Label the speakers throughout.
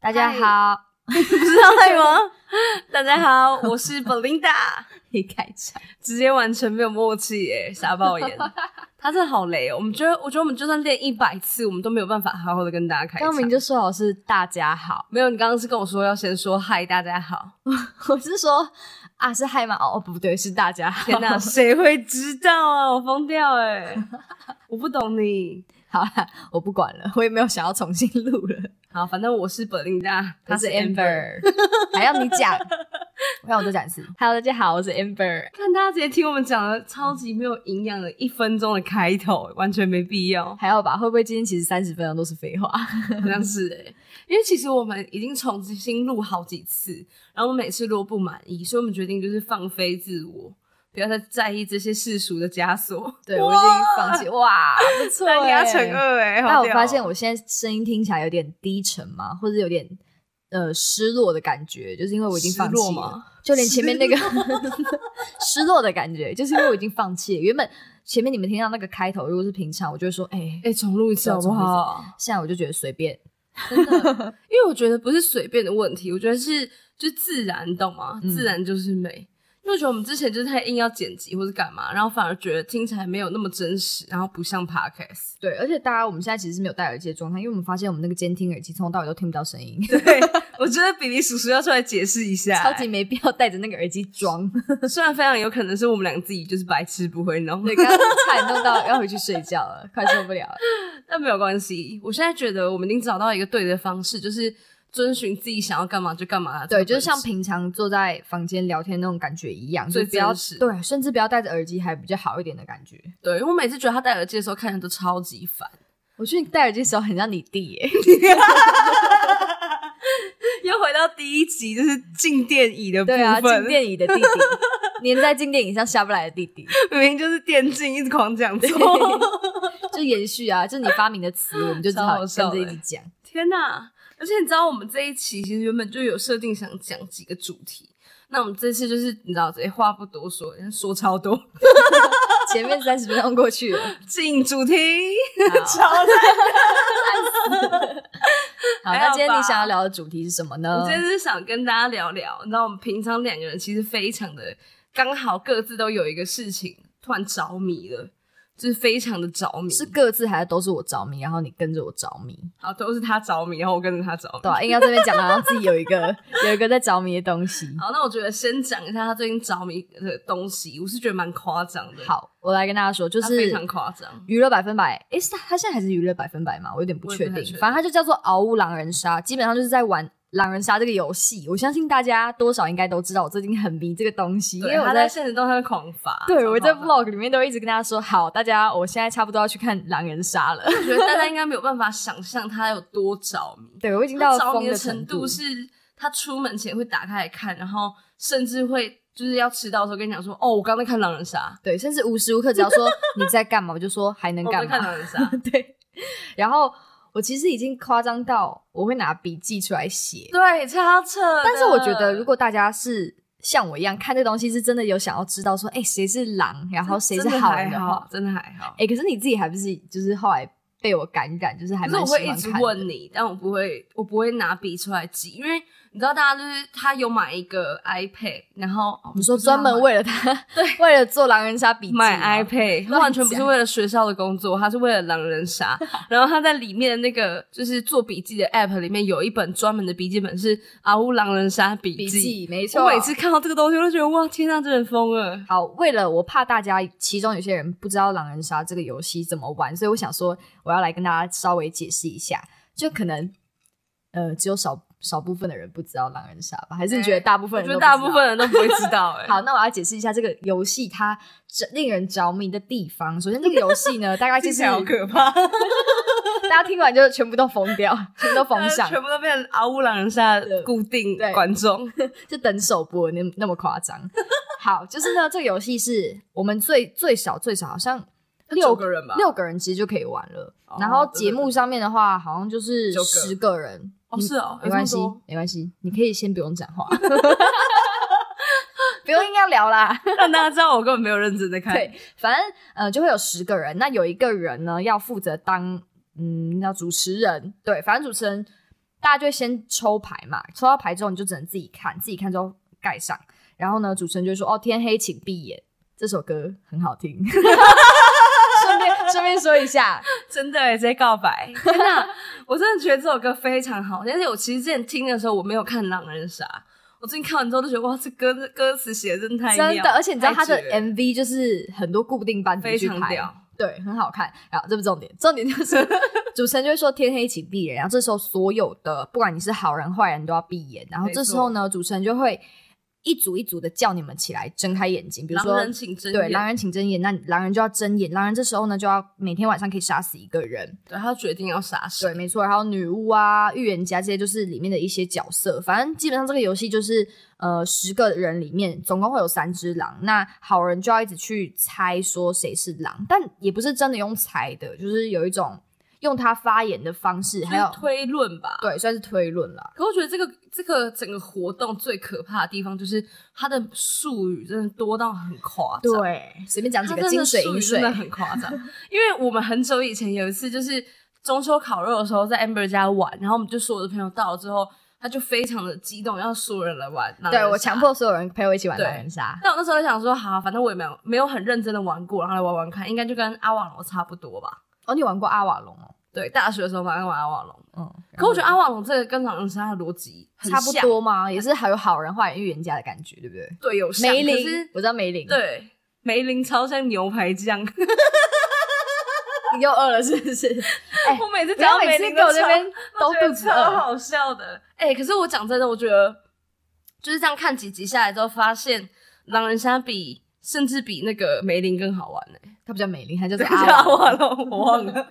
Speaker 1: 大家好，
Speaker 2: 不知道为吗？ 大家好，我是 Belinda，
Speaker 1: 可以开场。
Speaker 2: 直接完全没有默契耶，傻爆眼。他真的好雷哦，我们觉得，我觉得我们就算练一百次，我们都没有办法好好的跟大家开场
Speaker 1: 刚。明就说好是大家好，
Speaker 2: 没有，你刚刚是跟我说要先说嗨，大家好。
Speaker 1: 我是说啊是嗨吗？哦不对，是大家好。
Speaker 2: 天哪，谁会知道啊？我疯 掉哎！我不懂你。
Speaker 1: 好啦，我不管了，我也没有想要重新录了。
Speaker 2: 好，反正我是 Belinda，
Speaker 1: 我是
Speaker 2: 她
Speaker 1: Amber，还要你 讲？我要我再讲一次。Hello，大家好，我是 Amber。
Speaker 2: 看大家直接听我们讲的超级没有营养的一分钟的开头，欸完全没必要。
Speaker 1: 还要吧？会不会今天其实三十分钟都是废话？
Speaker 2: 好像是哎、因为其实我们已经重新录好几次，然后我每次都不满意，所以我们决定就是放飞自我，不要再在意这些世俗的枷锁。
Speaker 1: 对我已经放弃。哇，不 错、欸，
Speaker 2: 三压乘二哎、欸，
Speaker 1: 但
Speaker 2: 好
Speaker 1: 我
Speaker 2: 屌哦
Speaker 1: 发现我现在声音听起来有点低沉嘛，或者有点呃失落的感觉，就是因为我已经放
Speaker 2: 失落
Speaker 1: 弃了
Speaker 2: 吗，
Speaker 1: 就连前面那个 失落的感觉，就是因为我已经放弃了。原本前面你们听到那个开头，如果是平常，我就会说，哎、
Speaker 2: 哎、重录一次好不
Speaker 1: 重
Speaker 2: 好？
Speaker 1: 现在我就觉得随便，
Speaker 2: 因为我觉得不是随便的问题，我觉得是就自然，你懂吗？
Speaker 1: 嗯
Speaker 2: 自然就是美。因为我觉得我们之前就是太硬要剪辑或者干嘛，然后反而觉得听起来没有那么真实，然后不像 podcast。
Speaker 1: 对，而且大家我们现在其实是没有戴耳机的状态，因为我们发现我们那个监听耳机从头到尾都听不到声音，
Speaker 2: 对，我觉得比比叔叔要出来解释一下、 欸
Speaker 1: 超级没必要戴着那个耳机装。
Speaker 2: 虽然非常有可能是我们俩自己就是白痴不会弄，
Speaker 1: 对，刚刚差点弄到要回去睡觉了，快受不了了。
Speaker 2: 但没有关系。我现在觉得我们已经找到一个对的方式，就是遵循自己想要干嘛就干嘛的这个
Speaker 1: 对，
Speaker 2: 本质。
Speaker 1: 就是像平常坐在房间聊天那种感觉一样，
Speaker 2: 最
Speaker 1: 就不要
Speaker 2: 真实
Speaker 1: 对，甚至不要戴着耳机还比较好一点的感觉。
Speaker 2: 对，因为我每次觉得他戴耳机的时候看起来都超级烦，
Speaker 1: 我觉得你戴耳机的时候很像你弟耶，
Speaker 2: 又回到第一集，就是静电椅的部
Speaker 1: 对啊，
Speaker 2: 分，
Speaker 1: 静电椅的弟 弟，粘在静电椅上下不来的弟弟，
Speaker 2: 明明就是电竞，一直狂讲错。
Speaker 1: 就延续啊，就是你发明的词，我们就只好
Speaker 2: 超好
Speaker 1: 跟
Speaker 2: 笑的
Speaker 1: 着一起讲。
Speaker 2: 天呐！而且你知道，我们这一期其实原本就有设定想讲几个主题，那我们这次就是你知道，直接话不多说，说超多，
Speaker 1: 前面三十分钟过去了，
Speaker 2: 进主题，
Speaker 1: 好，
Speaker 2: 超
Speaker 1: 好
Speaker 2: 还好
Speaker 1: 那今天
Speaker 2: 吧
Speaker 1: 你想要聊的主题是什么
Speaker 2: 我
Speaker 1: 呢？
Speaker 2: 今天是想跟大家聊聊，你知道我们平常两个人其实非常的刚好各自都有一个事情突然着迷了，就是非常的着迷，
Speaker 1: 是各自还是都是我着迷，然后你跟着我着迷，
Speaker 2: 好都是他着迷，然后我跟着他着迷。
Speaker 1: 对 啊，硬要这边讲，好像自己有一个有一个在着迷的东西。
Speaker 2: 好，那我觉得先讲一下他最近着迷的东西，我是觉得蛮夸张的，，
Speaker 1: 好，我来跟大家说，就
Speaker 2: 就是
Speaker 1: 是
Speaker 2: 非常夸张。
Speaker 1: 娱乐百分百，诶，是他他现在还是娱乐百分百吗？我有点不确
Speaker 2: 我也不
Speaker 1: 定
Speaker 2: 太确定。
Speaker 1: 反正他就叫做《嗷呜狼人杀》，基本上就是在玩狼人杀这个游戏。我相信大家多少应该都知道，我最近很迷这个东西，因
Speaker 2: 对
Speaker 1: 为我
Speaker 2: 他在
Speaker 1: 在。
Speaker 2: 现实中他的狂发，
Speaker 1: 对，我在
Speaker 2: 超夸张
Speaker 1: vlog 里面都一直跟大家说，好，大家，我现在差不多要去看狼人杀了。
Speaker 2: 我觉得大家应该没有办法想象他有多着迷。
Speaker 1: 对，我已经
Speaker 2: 他
Speaker 1: 到
Speaker 2: 着
Speaker 1: 疯
Speaker 2: 迷
Speaker 1: 的
Speaker 2: 的
Speaker 1: 程
Speaker 2: 程度是，他出门前会打开来看，然后甚至会就是要迟到的时候跟你讲说：“哦，我刚在看狼人杀，哦
Speaker 1: 对，甚至无时无刻只要说你在干嘛，我就说还能
Speaker 2: 我在
Speaker 1: 干
Speaker 2: 看
Speaker 1: 嘛。
Speaker 2: 狼人 杀。
Speaker 1: 对，然后我其实已经夸张到我会拿笔记出来写”，
Speaker 2: 对，超扯的。
Speaker 1: 但是我觉得，如果大家是像我一样看这东西，是真的有想要知道说，哎、谁是狼，然后谁是
Speaker 2: 真的
Speaker 1: 好
Speaker 2: 还
Speaker 1: 人的
Speaker 2: 好
Speaker 1: 话，，
Speaker 2: 真的还好。
Speaker 1: 哎、可是你自己还不是就是后来被我感染，就是还
Speaker 2: 可是
Speaker 1: 蛮
Speaker 2: 我
Speaker 1: 喜
Speaker 2: 会
Speaker 1: 欢
Speaker 2: 一
Speaker 1: 看
Speaker 2: 直
Speaker 1: 的
Speaker 2: 问哦你，但我不会，我不会拿笔出来记，因为你知道，大家就是他有买一个 iPad，然后
Speaker 1: 你说专门为了他，对， 为了做狼人杀笔记吗
Speaker 2: 买 iPad，他
Speaker 1: 乱
Speaker 2: 完全不是
Speaker 1: 讲
Speaker 2: 为了学校的工作，他是为了狼人杀。 然后他在里面的那个就是做笔记的 App 里面有一本专门的笔记本是《阿乌狼人杀笔
Speaker 1: 笔
Speaker 2: 记》
Speaker 1: 记，没错。
Speaker 2: 我每次看到这个东西，我都觉得哇，天呐，真的疯了！
Speaker 1: 好，为了我怕大家其中有些人不知道狼人杀这个游戏怎么玩，所以我想说我要来跟大家稍微解释一下，就可能呃只有少少部分的人不知道狼人杀吧，还是你觉得大部
Speaker 2: 哎我
Speaker 1: 分人
Speaker 2: 觉
Speaker 1: 都不
Speaker 2: 得大
Speaker 1: 知
Speaker 2: 部
Speaker 1: 道
Speaker 2: 分人都不会知道、哎，
Speaker 1: 好，那我要解释一下这个游戏它着令人着迷的地方。首先，这个游戏 呢，大概就
Speaker 2: 听
Speaker 1: 是
Speaker 2: 起来好可怕，
Speaker 1: 大家听完就全部都疯掉， 全部都疯上，
Speaker 2: 全部都变成《阿乌狼人杀》的固定
Speaker 1: 对
Speaker 2: 观众。
Speaker 1: 就等首播那那么夸张。好，就是呢，这个游戏是我们最最少最少好像六
Speaker 2: 九个人吧
Speaker 1: 六个人其实就可以玩了。
Speaker 2: 哦
Speaker 1: 然后
Speaker 2: 对对
Speaker 1: 节目
Speaker 2: 对
Speaker 1: 上面的话，好像就是
Speaker 2: 九个
Speaker 1: 十个人。
Speaker 2: 哦，是哦，
Speaker 1: 没关系
Speaker 2: 有这么，
Speaker 1: 没关系，你可以先不用讲话， 不用硬要聊啦。
Speaker 2: 多让大家知道我根本没有认真在看。
Speaker 1: 对，反正呃就会有十个人，那有一个人呢要负责当嗯要主持人，对，反正主持人大家就会先抽牌嘛，抽到牌之后你就只能自己看，自己看之后盖上。然后呢，主持人就会说：“哦，天黑请闭眼。”这首歌很好听， 顺便顺便说一下，
Speaker 2: 真的耶欸直接告 白，天哪！我真的觉得这首歌非常好，但是我其实之前听的时候我没有看《狼人杀》，我最近看完之后就觉得哇，这歌歌词写的真的太
Speaker 1: 真
Speaker 2: 妙
Speaker 1: 的，而且你知道
Speaker 2: 太
Speaker 1: 他的
Speaker 2: 绝
Speaker 1: MV 就是很多固定班底
Speaker 2: 非
Speaker 1: 去
Speaker 2: 常
Speaker 1: 拍，
Speaker 2: 屌，
Speaker 1: 对，很好看。然后这不是重点，重点就是 主持人就会说天黑请闭眼，然后这时候所有的不管你是好人坏人都要闭眼，然后
Speaker 2: 没
Speaker 1: 这时候呢，主持人就会一组一组的叫你们起来睁开眼睛，比如
Speaker 2: 狼
Speaker 1: 说
Speaker 2: 人请睁
Speaker 1: 对
Speaker 2: 眼
Speaker 1: 狼人请睁眼，那你狼人就要睁眼，狼人这时候呢就要每天晚上可以杀死一个人，
Speaker 2: 对他决定要杀谁
Speaker 1: 对，，没错。还有女巫啊、预言家这些就是里面的一些角色，反正基本上这个游戏就是呃十个人里面总共会有三只狼，那好人就要一直去猜说谁是狼，但也不是真的用猜的，就是有一种用他发言的方式，还有
Speaker 2: 就是推论吧。
Speaker 1: 对算是推论啦。
Speaker 2: 可我觉得这个这个整个活动最可怕的地方就是它的术语真的多到很夸张，
Speaker 1: 对，随便讲几
Speaker 2: 它
Speaker 1: 个
Speaker 2: 真
Speaker 1: 金
Speaker 2: 的
Speaker 1: 水
Speaker 2: 术
Speaker 1: 银
Speaker 2: 语
Speaker 1: 水
Speaker 2: 真，的很夸张。因为我们很久以前有一次就是中秋烤肉的时候，在 Amber 家玩，然后我们就所有的朋友到了之后，他就非常的激动，要所有人来玩。
Speaker 1: 对我强。迫所有人陪我一起玩
Speaker 2: 对
Speaker 1: 狼人杀。
Speaker 2: 但我那时候就想说，好，反正我也没有没有很认真的玩过，然后来玩玩看，应该就跟阿瓦隆差不多吧。
Speaker 1: 哦，你有玩过阿瓦隆哦？
Speaker 2: 对，大学的时候蛮爱玩阿瓦隆，
Speaker 1: 嗯，
Speaker 2: 可我觉得
Speaker 1: 然后
Speaker 2: 阿瓦隆这个跟狼人杀的逻辑很
Speaker 1: 差不
Speaker 2: 像，
Speaker 1: 多嘛，也是还有好人坏人预言家的感觉，对不对？
Speaker 2: 对，有像
Speaker 1: 梅林
Speaker 2: 可是，
Speaker 1: 我知道梅林，，
Speaker 2: 对，梅林超像牛排酱。
Speaker 1: 你又饿了是不 是？哎
Speaker 2: 我每次
Speaker 1: 不
Speaker 2: 讲
Speaker 1: 要
Speaker 2: 到梅
Speaker 1: 每次
Speaker 2: 林
Speaker 1: 给我这边
Speaker 2: 都
Speaker 1: 都
Speaker 2: 超
Speaker 1: 肚子
Speaker 2: 超
Speaker 1: 饿。
Speaker 2: 好笑的。哎、可是我讲真的，我觉得就是这样看几集下来之后，发现狼人杀比甚至比那个梅林更好玩呢、
Speaker 1: 他不叫美 玲，他叫做
Speaker 2: 对，
Speaker 1: 阿
Speaker 2: 叫阿
Speaker 1: 瓦隆。
Speaker 2: 瓦隆，我忘了。
Speaker 1: 啊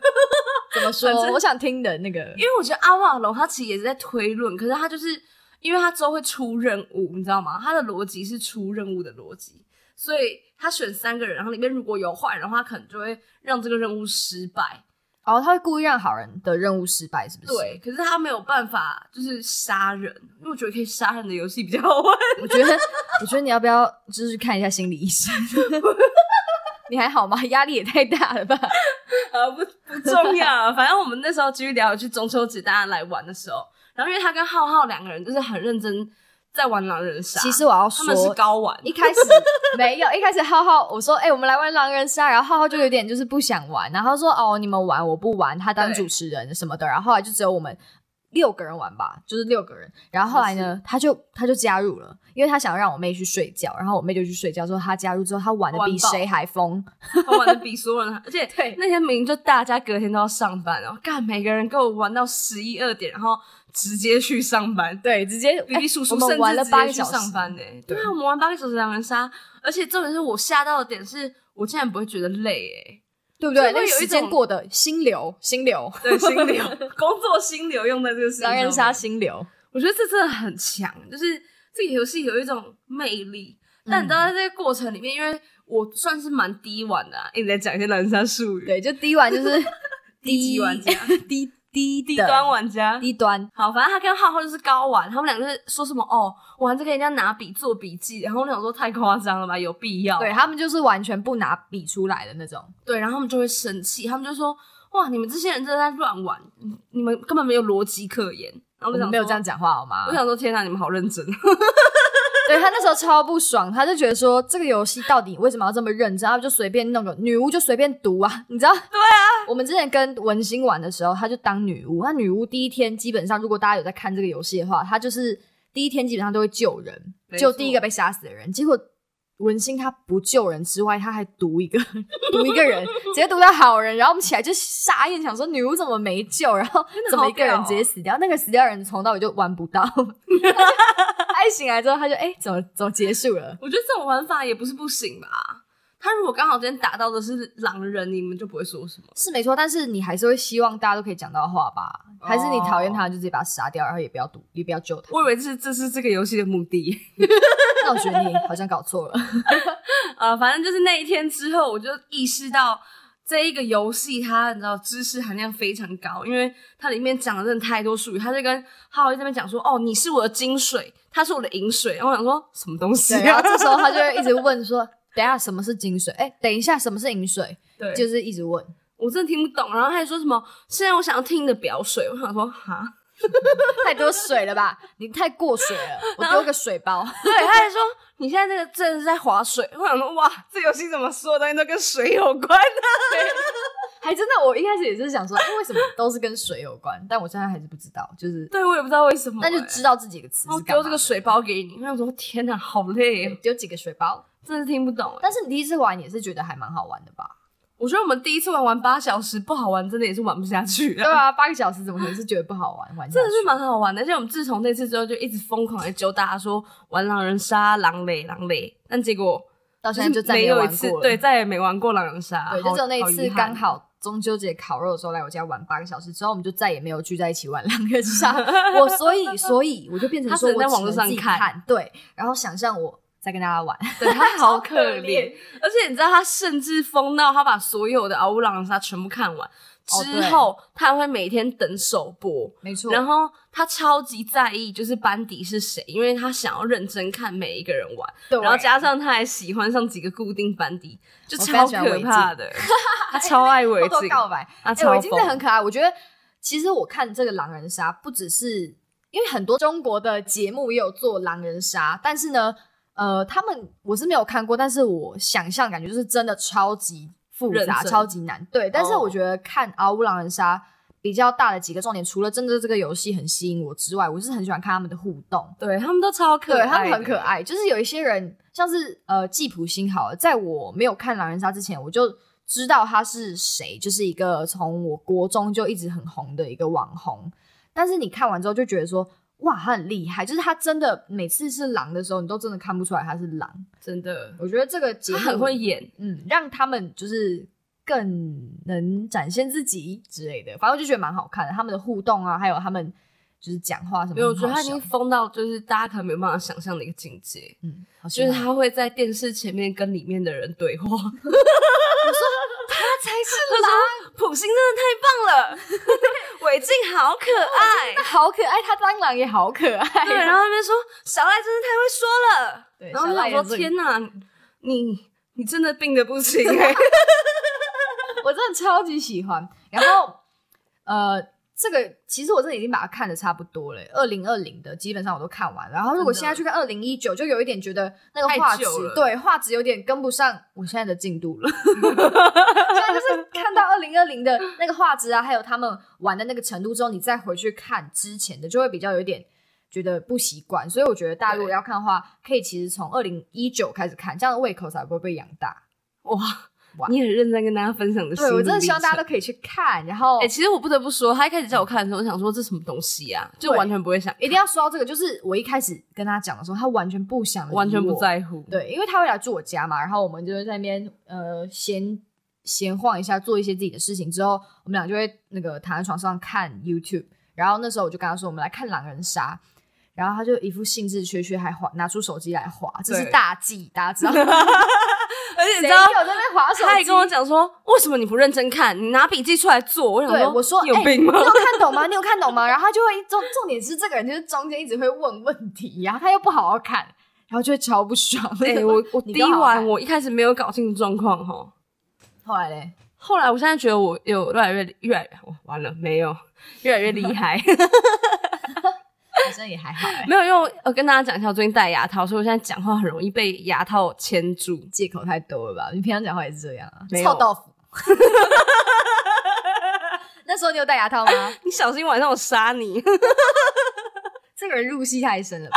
Speaker 1: 怎么说
Speaker 2: 反正？
Speaker 1: 我想听的那个
Speaker 2: 因，为我觉得阿瓦隆他其实也是在推论，可是他就是因为他之后会出任务，你知道吗？他的逻辑是出任务的逻辑，所以他选三个人，然后里面如果有坏人的话，可能就会让这个任务失败。
Speaker 1: 哦，他会故意让好人的任务失败，是不是？
Speaker 2: 对，，可是他没有办法就是杀人，因为我觉得可以杀人的游戏比较好玩。
Speaker 1: 我觉得，我觉得你要不要就是去看一下心理医生？ 你还好吗？压力也太大了 吧？
Speaker 2: 啊，不不重要，啊反正我们那时候继续聊，去中秋节大家来玩的时候，然后因为他跟浩浩两个人就是很认真在玩狼人杀，
Speaker 1: 其实我要
Speaker 2: 他
Speaker 1: 说，
Speaker 2: 们是高玩，
Speaker 1: 一开始没有，一开始浩浩我说，哎、我们来玩狼人杀，然后浩浩就有点就是不想玩，然后说哦，你们玩我不玩，他当
Speaker 2: 对
Speaker 1: 主持人什么的，然后后来就只有我们六个人玩吧，就是六个人，然后后来呢，他就他就加入了，因为他想让我妹去睡觉，然后我妹就去睡觉，之后他加入之后，他玩的
Speaker 2: 玩
Speaker 1: 比
Speaker 2: 爆
Speaker 1: 谁还疯，
Speaker 2: 他玩的比所有人还，而且
Speaker 1: 对
Speaker 2: 那天明明就大家隔天都要上班哦，干每个人跟我玩到十一二点，然后直接去上班。
Speaker 1: 对，直接
Speaker 2: 比比
Speaker 1: 哎
Speaker 2: 叔
Speaker 1: 我
Speaker 2: 叔
Speaker 1: 们
Speaker 2: 甚
Speaker 1: 玩
Speaker 2: 至
Speaker 1: 了
Speaker 2: 直
Speaker 1: 八
Speaker 2: 接
Speaker 1: 个
Speaker 2: 去
Speaker 1: 小时
Speaker 2: 上班呢、对
Speaker 1: 对
Speaker 2: 啊，我们玩八个小时狼人杀，而且重点是我吓到的点是我竟然不会觉得累哎、
Speaker 1: 对不对？
Speaker 2: 就会
Speaker 1: 那个
Speaker 2: 有一
Speaker 1: 时
Speaker 2: 种
Speaker 1: 间过得心流，心流，
Speaker 2: 对，心流工作心流用在这个事情上
Speaker 1: 狼
Speaker 2: 面
Speaker 1: 人杀心流，
Speaker 2: 我觉得这真的很强，就是这个游戏有一种魅力。但
Speaker 1: 嗯
Speaker 2: 你知道，在这个过程里面，因为我算是蛮低玩的、啊，一直在讲一些狼人杀术语，，
Speaker 1: 对，就第一玩就是
Speaker 2: 低级玩家
Speaker 1: 低低
Speaker 2: 低
Speaker 1: 的
Speaker 2: 端玩家，
Speaker 1: 低端，
Speaker 2: 好，反正他跟浩浩就是高玩，他们两个是说什么哦，玩这个人家拿笔做笔记，然后我想说太夸张了吧，有必要？
Speaker 1: 对他们就是完全不拿笔出来的那种。
Speaker 2: 对，然后他们就会生气，他们就说哇，你们这些人真的在乱玩，你你们根本没有逻辑可言。然后我
Speaker 1: 我们
Speaker 2: 就想
Speaker 1: 没有这样
Speaker 2: 说，
Speaker 1: 讲话好吗
Speaker 2: 我？想说天哪，你们好认真，
Speaker 1: 对他那时候超不爽，他就觉得说这个游戏到底为什么要这么认真？他就随便弄个女巫就随便读啊，你知道？对啊，我们之前跟文心玩的时候，他就当女巫。那女巫第一天基本上，如果大家有在看这个游戏的话，他就是第一天基本上都会救人，
Speaker 2: 没
Speaker 1: 救
Speaker 2: 错
Speaker 1: 第一个被杀死的人。结果文心他不救人之外，他还毒一个毒一个 人，直接毒到好人。然后我们起来就傻眼，想说女巫怎么没救？然后
Speaker 2: 的
Speaker 1: 怎么
Speaker 2: 好
Speaker 1: 一个人
Speaker 2: 屌
Speaker 1: 直
Speaker 2: 哦
Speaker 1: 接死掉？那个死掉的人从头到尾就玩不到。 他一醒来之后，他就哎、怎么怎么结束了？
Speaker 2: 我觉得这种玩法也不是不行吧。他如果刚好今天打到的是狼人，你们就不会说什么。
Speaker 1: 是没错，但是你还是会希望大家都可以讲到话吧？还是你讨厌他，就直接把他杀掉，然后也不要赌，也不要 救他？
Speaker 2: 我以为这是这是这个游戏的目的。
Speaker 1: 那我觉得你好像搞 错了。
Speaker 2: 呃，反正就是那一天之后，我就意识到这一个游戏它你知道知识含量非常高，因为它里面讲的真的太多术语，它就跟浩浩一直在那边讲说，哦，你是我的金水，他是我的银水，然后我想说什么东西
Speaker 1: 对，然
Speaker 2: 啊
Speaker 1: 后？这时候他就会一直问说：“等一下什么是金水？哎、等一下什么是银水？”
Speaker 2: 对，就
Speaker 1: 就是一直问。
Speaker 2: 我真的听不懂，然后他还说什么，现在我想要听你的表水，我想说哈，
Speaker 1: 太多水了吧？你太过水了，我丢个水包。
Speaker 2: 对，他还说你现在这个真的是在划水。我想说，哇，这游戏怎么所有东西都跟水有关呢、
Speaker 1: 还真的，我一开始也是想说，哎、为什么都是跟水有关？但我现在还是不知道，就是
Speaker 2: 对，我也不知道为什么、
Speaker 1: 那就
Speaker 2: 欸
Speaker 1: 知道这几个词
Speaker 2: 然后
Speaker 1: 是干嘛
Speaker 2: 丢这个水包给你，我想说，天哪，好累、哦，
Speaker 1: 丢几个水包。
Speaker 2: 真是听不懂、欸。
Speaker 1: 但是你第一次玩也是觉得还蛮好玩的吧？
Speaker 2: 我觉得我们第一次玩玩八小时不好玩，真的也是玩不下去
Speaker 1: 对啊，八个小时怎么可能是觉得不好玩？玩下
Speaker 2: 真的是
Speaker 1: 去
Speaker 2: 蛮好玩的，而且我们自从那次之后就一直疯狂的揪大家说玩狼人杀、狼雷、狼雷，但结果
Speaker 1: 到现在
Speaker 2: 就
Speaker 1: 就是再
Speaker 2: 没
Speaker 1: 有
Speaker 2: 有一
Speaker 1: 玩
Speaker 2: 次
Speaker 1: 过了。
Speaker 2: 对，再也没玩过狼人杀，
Speaker 1: 对，
Speaker 2: 好
Speaker 1: 就只有那一次刚。
Speaker 2: 好遗憾
Speaker 1: 好中秋节烤肉的时候来我家玩八个小时，之后我们就再也没有聚在一起玩狼人杀。 我所以所以我就变成
Speaker 2: 他只
Speaker 1: 说
Speaker 2: 能
Speaker 1: 我
Speaker 2: 在
Speaker 1: 只
Speaker 2: 网络
Speaker 1: 能
Speaker 2: 上
Speaker 1: 自己
Speaker 2: 看
Speaker 1: 看，对，然后想象我在跟大家玩，
Speaker 2: 对 他好可
Speaker 1: 可
Speaker 2: 怜
Speaker 1: 怜，
Speaker 2: 而且你知道他甚至疯到他把所有的《嗷呜狼人杀》全部看完之
Speaker 1: 对
Speaker 2: 后，他会每天等首播，
Speaker 1: 没错。
Speaker 2: 然后他超级在意就是班底是谁，因为他想要认真看每一个人玩。
Speaker 1: 对
Speaker 2: 然后加上他还喜欢上几个固定班底，就
Speaker 1: 我非
Speaker 2: 超
Speaker 1: 常喜欢
Speaker 2: 可
Speaker 1: 违
Speaker 2: 怕的。 他超爱违
Speaker 1: 偷偷
Speaker 2: 禁，
Speaker 1: 告白，哎、我
Speaker 2: 他啊超
Speaker 1: 已经真的
Speaker 2: 疯
Speaker 1: 很。可爱。我觉得其实我看这个狼人杀，不只是因为很多中国的节目也有做狼人杀，但是呢，呃，他们我是没有看过，但是我想象感觉就是真的超级复
Speaker 2: 认
Speaker 1: 杂、
Speaker 2: 真
Speaker 1: 超级难。对，但是
Speaker 2: 哦
Speaker 1: 我觉得看《嗷呜狼人杀》比较大的几个重点，除了真的这个游戏很吸引我之外，我是很喜欢看他们的互动。
Speaker 2: 对他们都超可爱
Speaker 1: 对
Speaker 2: 的，
Speaker 1: 他们很可爱，就是有一些人，像是呃吉普星好了，在我没有看《狼人杀》之前，我就知道他是谁，就是一个从我国中就一直很红的一个网红。但是你看完之后就觉得说，哇，他很厉害，就是他真的每次是狼的时候，你都真的看不出来他是狼。
Speaker 2: 真的，
Speaker 1: 我觉得这个节
Speaker 2: 他
Speaker 1: 目
Speaker 2: 很会，演。
Speaker 1: 嗯，让他们就是更能展现自己之类的。反正我就觉得蛮好看的，他们的互动啊，还有他们就是讲话什么
Speaker 2: 没
Speaker 1: 很
Speaker 2: 有，
Speaker 1: 好
Speaker 2: 我
Speaker 1: 笑，
Speaker 2: 觉得他已经疯到就是大家可能没有办法想象的一个境界，
Speaker 1: 嗯，好喜
Speaker 2: 就
Speaker 1: 欢
Speaker 2: 是他会在电视前面跟里面的人对话。 我说他才是狼，普星真的太棒了， 韦静好可爱。
Speaker 1: 好可爱，他当狼也好可爱。
Speaker 2: 对，然后他们说小赖真的太会说了。
Speaker 1: 对
Speaker 2: 然后我
Speaker 1: 小赖
Speaker 2: 想
Speaker 1: 也
Speaker 2: 说，
Speaker 1: 是
Speaker 2: 天哪，你你真的病得不 轻哎、
Speaker 1: 我真的超级喜欢。然后，呃，这个其实我真的已经把它看的差不多了，二零二零的基本上我都看完了。然后如果
Speaker 2: 真的
Speaker 1: 现在去看二零一九，就有一点觉得那个
Speaker 2: 太
Speaker 1: 画质
Speaker 2: 久了，
Speaker 1: 对画质有点跟不上我现在的进度了。 现在就是看到二零二零的那个画质啊，还有他们玩的那个程度之后，你再回去看之前的，就会比较有一点。觉得不习惯，所以我觉得大家如果
Speaker 2: 对
Speaker 1: 要看的话，可以其实从二零一九开始看，这样的胃口才不会被养大。
Speaker 2: 哇
Speaker 1: 哇，
Speaker 2: 你很认真跟大家分享的心
Speaker 1: 对
Speaker 2: 路历程，
Speaker 1: 我真的希望大家都可以去看，然后
Speaker 2: 哎、其实我不得不说，他一开始叫我看的时候，我想说这什么东西啊，就
Speaker 1: 对
Speaker 2: 完全不会想，
Speaker 1: 一定要说到这个，就是我一开始跟他讲的时候，他完全不想，
Speaker 2: 完全不。在乎。
Speaker 1: 对，因为他会来住我家嘛，然后我们就是在那边呃闲闲晃一下，做一些自己的事情之后，我们俩就会那个躺在床上看 YouTube，然后那时候我就跟他说，我们来看狼人杀。然后他就一副兴致缺缺，还划拿出手机来划，这是
Speaker 2: 对
Speaker 1: 大忌，大家知道吗？
Speaker 2: 而 且你
Speaker 1: 谁
Speaker 2: 知道，
Speaker 1: 有在那边划手机？啊
Speaker 2: 他还跟我讲说，为什么你不认真看，你拿笔记出来做？我想
Speaker 1: 对，我说
Speaker 2: 你有
Speaker 1: 哎
Speaker 2: 病吗？
Speaker 1: 你有看懂吗？你有看懂吗？然后他就会重重点是这个人就是中间一直会问问题，然后他又不好好看，然后就会超不爽。
Speaker 2: 哎、 我我
Speaker 1: 你
Speaker 2: 第一
Speaker 1: 刚好
Speaker 2: 晚
Speaker 1: 看
Speaker 2: 我一开始没有搞清楚状况哈，
Speaker 1: 后来嘞，
Speaker 2: 后来我现在觉得我有越来越越来越哇完了没有越来越厉 害。
Speaker 1: 好像也还好、欸，
Speaker 2: 没有，因为我我跟大家讲一下，我最近戴牙套，所以我现在讲话很容易被牙套牵住。
Speaker 1: 借口太多了吧？你平常讲话也是这样啊，
Speaker 2: 没有
Speaker 1: 臭豆腐。 那时候你有戴牙套吗？
Speaker 2: 你小心晚上我杀你！
Speaker 1: 这个人入戏太深了吧。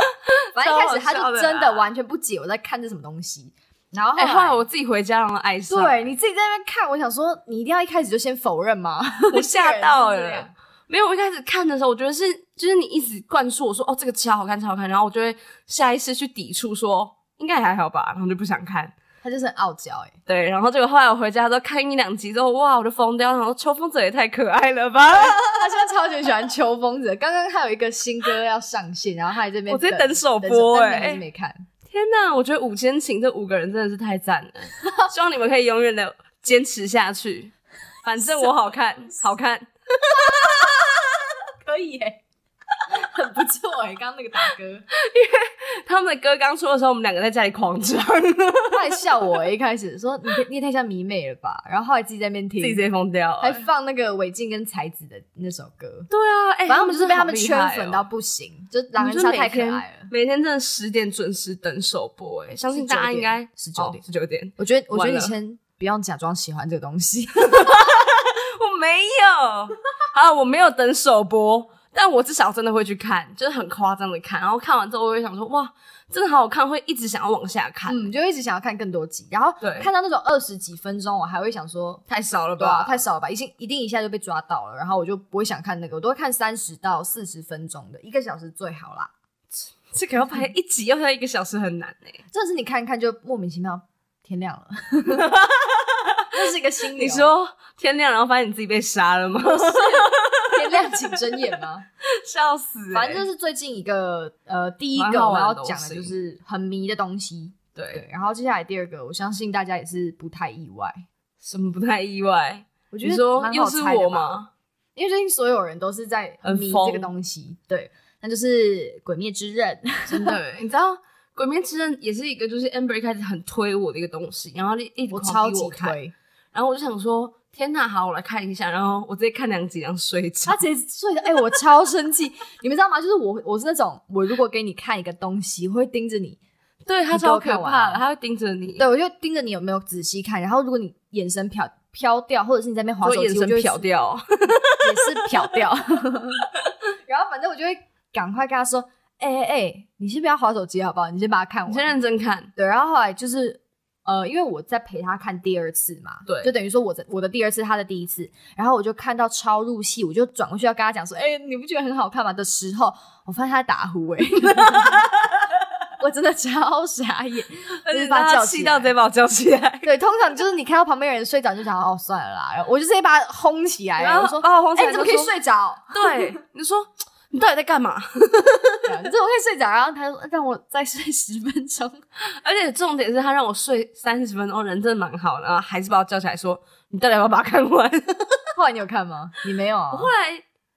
Speaker 1: 反正一开始他
Speaker 2: 超好笑
Speaker 1: 就
Speaker 2: 的
Speaker 1: 真的
Speaker 2: 啦
Speaker 1: 完全不解我在看这什么东西，然后后
Speaker 2: 哎、
Speaker 1: 来,、
Speaker 2: 后来我自己回家，然后爱上，
Speaker 1: 对你自己在那边看，我想说你一定要一开始就先否认吗？
Speaker 2: 我吓到
Speaker 1: 这个人是这
Speaker 2: 了
Speaker 1: 样。
Speaker 2: 没有，我一开始看的时候，我觉得是就是你一直灌输我说哦这个超好看超好看，然后我就会下意识去抵触说应该也还好吧，然后就不想看。
Speaker 1: 他就是很傲娇哎、
Speaker 2: 对，然后结果后来我回家之后看一两集之后，哇，我就疯掉，然后秋风者也太可爱了 吧！
Speaker 1: 他现在超级喜欢秋风者，刚刚他有一个新歌要上线，然后他还这边
Speaker 2: 我在等
Speaker 1: 等
Speaker 2: 首播
Speaker 1: 但是
Speaker 2: 欸
Speaker 1: 你还是没看。
Speaker 2: 天呐，我觉得五千情这五个人真的是太 赞了，希望你们可以永远的坚持下去。反正我好看，好看，
Speaker 1: 可以耶、欸 很不错哎、刚刚那个打歌，
Speaker 2: 他们的歌刚出的时候，我们两个在家里 狂唱，
Speaker 1: 他还笑我、欸一开始说你你也太像迷妹了吧，然后后来自己在那边听，
Speaker 2: 自己直接疯掉
Speaker 1: 还
Speaker 2: 了。
Speaker 1: 放那个韦静跟才子的那首歌，
Speaker 2: 对啊，哎、
Speaker 1: 反正我们就是被他们
Speaker 2: 好厉
Speaker 1: 圈
Speaker 2: 害哦
Speaker 1: 粉到不行，就
Speaker 2: 我
Speaker 1: 狼
Speaker 2: 们
Speaker 1: 人杀
Speaker 2: 就每
Speaker 1: 太可
Speaker 2: 天
Speaker 1: 爱了。
Speaker 2: 每天真的十点准时等首播、哎，相信大家应该哦
Speaker 1: 19点
Speaker 2: 十九点，
Speaker 1: 我觉得，我觉得
Speaker 2: 完
Speaker 1: 你
Speaker 2: 了
Speaker 1: 先不要假装喜欢这个东 西，
Speaker 2: 我没有，啊，我没有等首播，但我至少真的会去看，就是很夸张的看，然后看完之后我会想说，哇，真的好好看，会一直想要往下看，
Speaker 1: 嗯，就一直想要看更多集，然后
Speaker 2: 对
Speaker 1: 看到那种二十几分钟，我还会想说，
Speaker 2: 太少了
Speaker 1: 对啊，
Speaker 2: 吧？
Speaker 1: 太少了吧，已经一定一下就被抓到了，然后我就不会想看那个，我都会看三十到四十分钟的，一个小时最好啦。
Speaker 2: 这个要拍一集要拍一个小时很难哎、
Speaker 1: 真的是你看一看就莫名其妙天亮了， 这是一个心理。
Speaker 2: 你说天亮，然后发现你自己被杀了吗？
Speaker 1: 天亮请睁眼吗？
Speaker 2: 笑死、欸！
Speaker 1: 反正就是最近一个呃，第一
Speaker 2: 蛮
Speaker 1: 个
Speaker 2: 好
Speaker 1: 我
Speaker 2: 玩的
Speaker 1: 要
Speaker 2: 东
Speaker 1: 讲的
Speaker 2: 西
Speaker 1: 就是很迷的东西，对
Speaker 2: 对，。
Speaker 1: 然后接下来第二个，我相信大家也是不太意外，
Speaker 2: 什么不太意外？
Speaker 1: 我觉
Speaker 2: 你
Speaker 1: 得
Speaker 2: 说
Speaker 1: 蛮好
Speaker 2: 又是
Speaker 1: 猜的
Speaker 2: 我
Speaker 1: 吧？
Speaker 2: 吗？
Speaker 1: 因为最近所有人都是在
Speaker 2: 很
Speaker 1: 迷
Speaker 2: 疯
Speaker 1: 这个东西，对，那就是《鬼灭之刃》
Speaker 2: 真
Speaker 1: 欸
Speaker 2: 的， 你知道《鬼灭之刃》也是一个就是 Amber 一开始很推我的一个东西，然后一一直
Speaker 1: 我
Speaker 2: 狂
Speaker 1: 超
Speaker 2: 逼
Speaker 1: 级
Speaker 2: 我看，
Speaker 1: 推，
Speaker 2: 然后我就想说，天呐，好，我来看一下，然后我直接看两集，然后睡着
Speaker 1: 他。直接睡的，哎、我超生气，你们知道吗？就是我，我是那种我如果给你看一个东西，我会盯着你，
Speaker 2: 对他
Speaker 1: 你给我
Speaker 2: 超
Speaker 1: 看
Speaker 2: 可
Speaker 1: 完
Speaker 2: 怕
Speaker 1: 了
Speaker 2: 的，他会盯着你，
Speaker 1: 对我就盯着你有没有仔细看，然后如果你眼神瞟飘掉，或者是你在那边划
Speaker 2: 我
Speaker 1: 手机，
Speaker 2: 眼神
Speaker 1: 我就会
Speaker 2: 瞟掉。
Speaker 1: 也是瞟掉。 然后反正我就会赶快跟他说：“哎哎哎，你先不要划手机好不好？你先把它看
Speaker 2: 你先
Speaker 1: 完。
Speaker 2: 认真 看”，
Speaker 1: 对，然后后来就是呃，因为我在陪他看第二次嘛，
Speaker 2: 对
Speaker 1: 就等于说我的我的第二次，他的第一次。然后我就看到超入戏，我就转过去要跟他讲说：“哎、你不觉得很好看吗？”的时候，我发现他在打呼、哎。 我真的超傻眼，
Speaker 2: 而
Speaker 1: 就是
Speaker 2: 且
Speaker 1: 把他叫
Speaker 2: 他
Speaker 1: 起
Speaker 2: 气到
Speaker 1: 来
Speaker 2: 直接把我叫起 来，
Speaker 1: 对，通常就是你看到旁边人睡着，你就想哦算了啦，然后我就直接把他轰起来，然后我说
Speaker 2: 哦，黄
Speaker 1: 哎、
Speaker 2: 彩
Speaker 1: 你怎么可以？睡着？
Speaker 2: 对，你说你到底在干嘛？
Speaker 1: 对啊你怎么会睡着？然后他就说哎让我再睡十分钟。
Speaker 2: 而且重点是他让我睡三十分钟，人真的蛮好的，然后还是把我叫起来说：“你到底要不要把它看完？”
Speaker 1: 后来你有看吗？你没有啊？
Speaker 2: 后来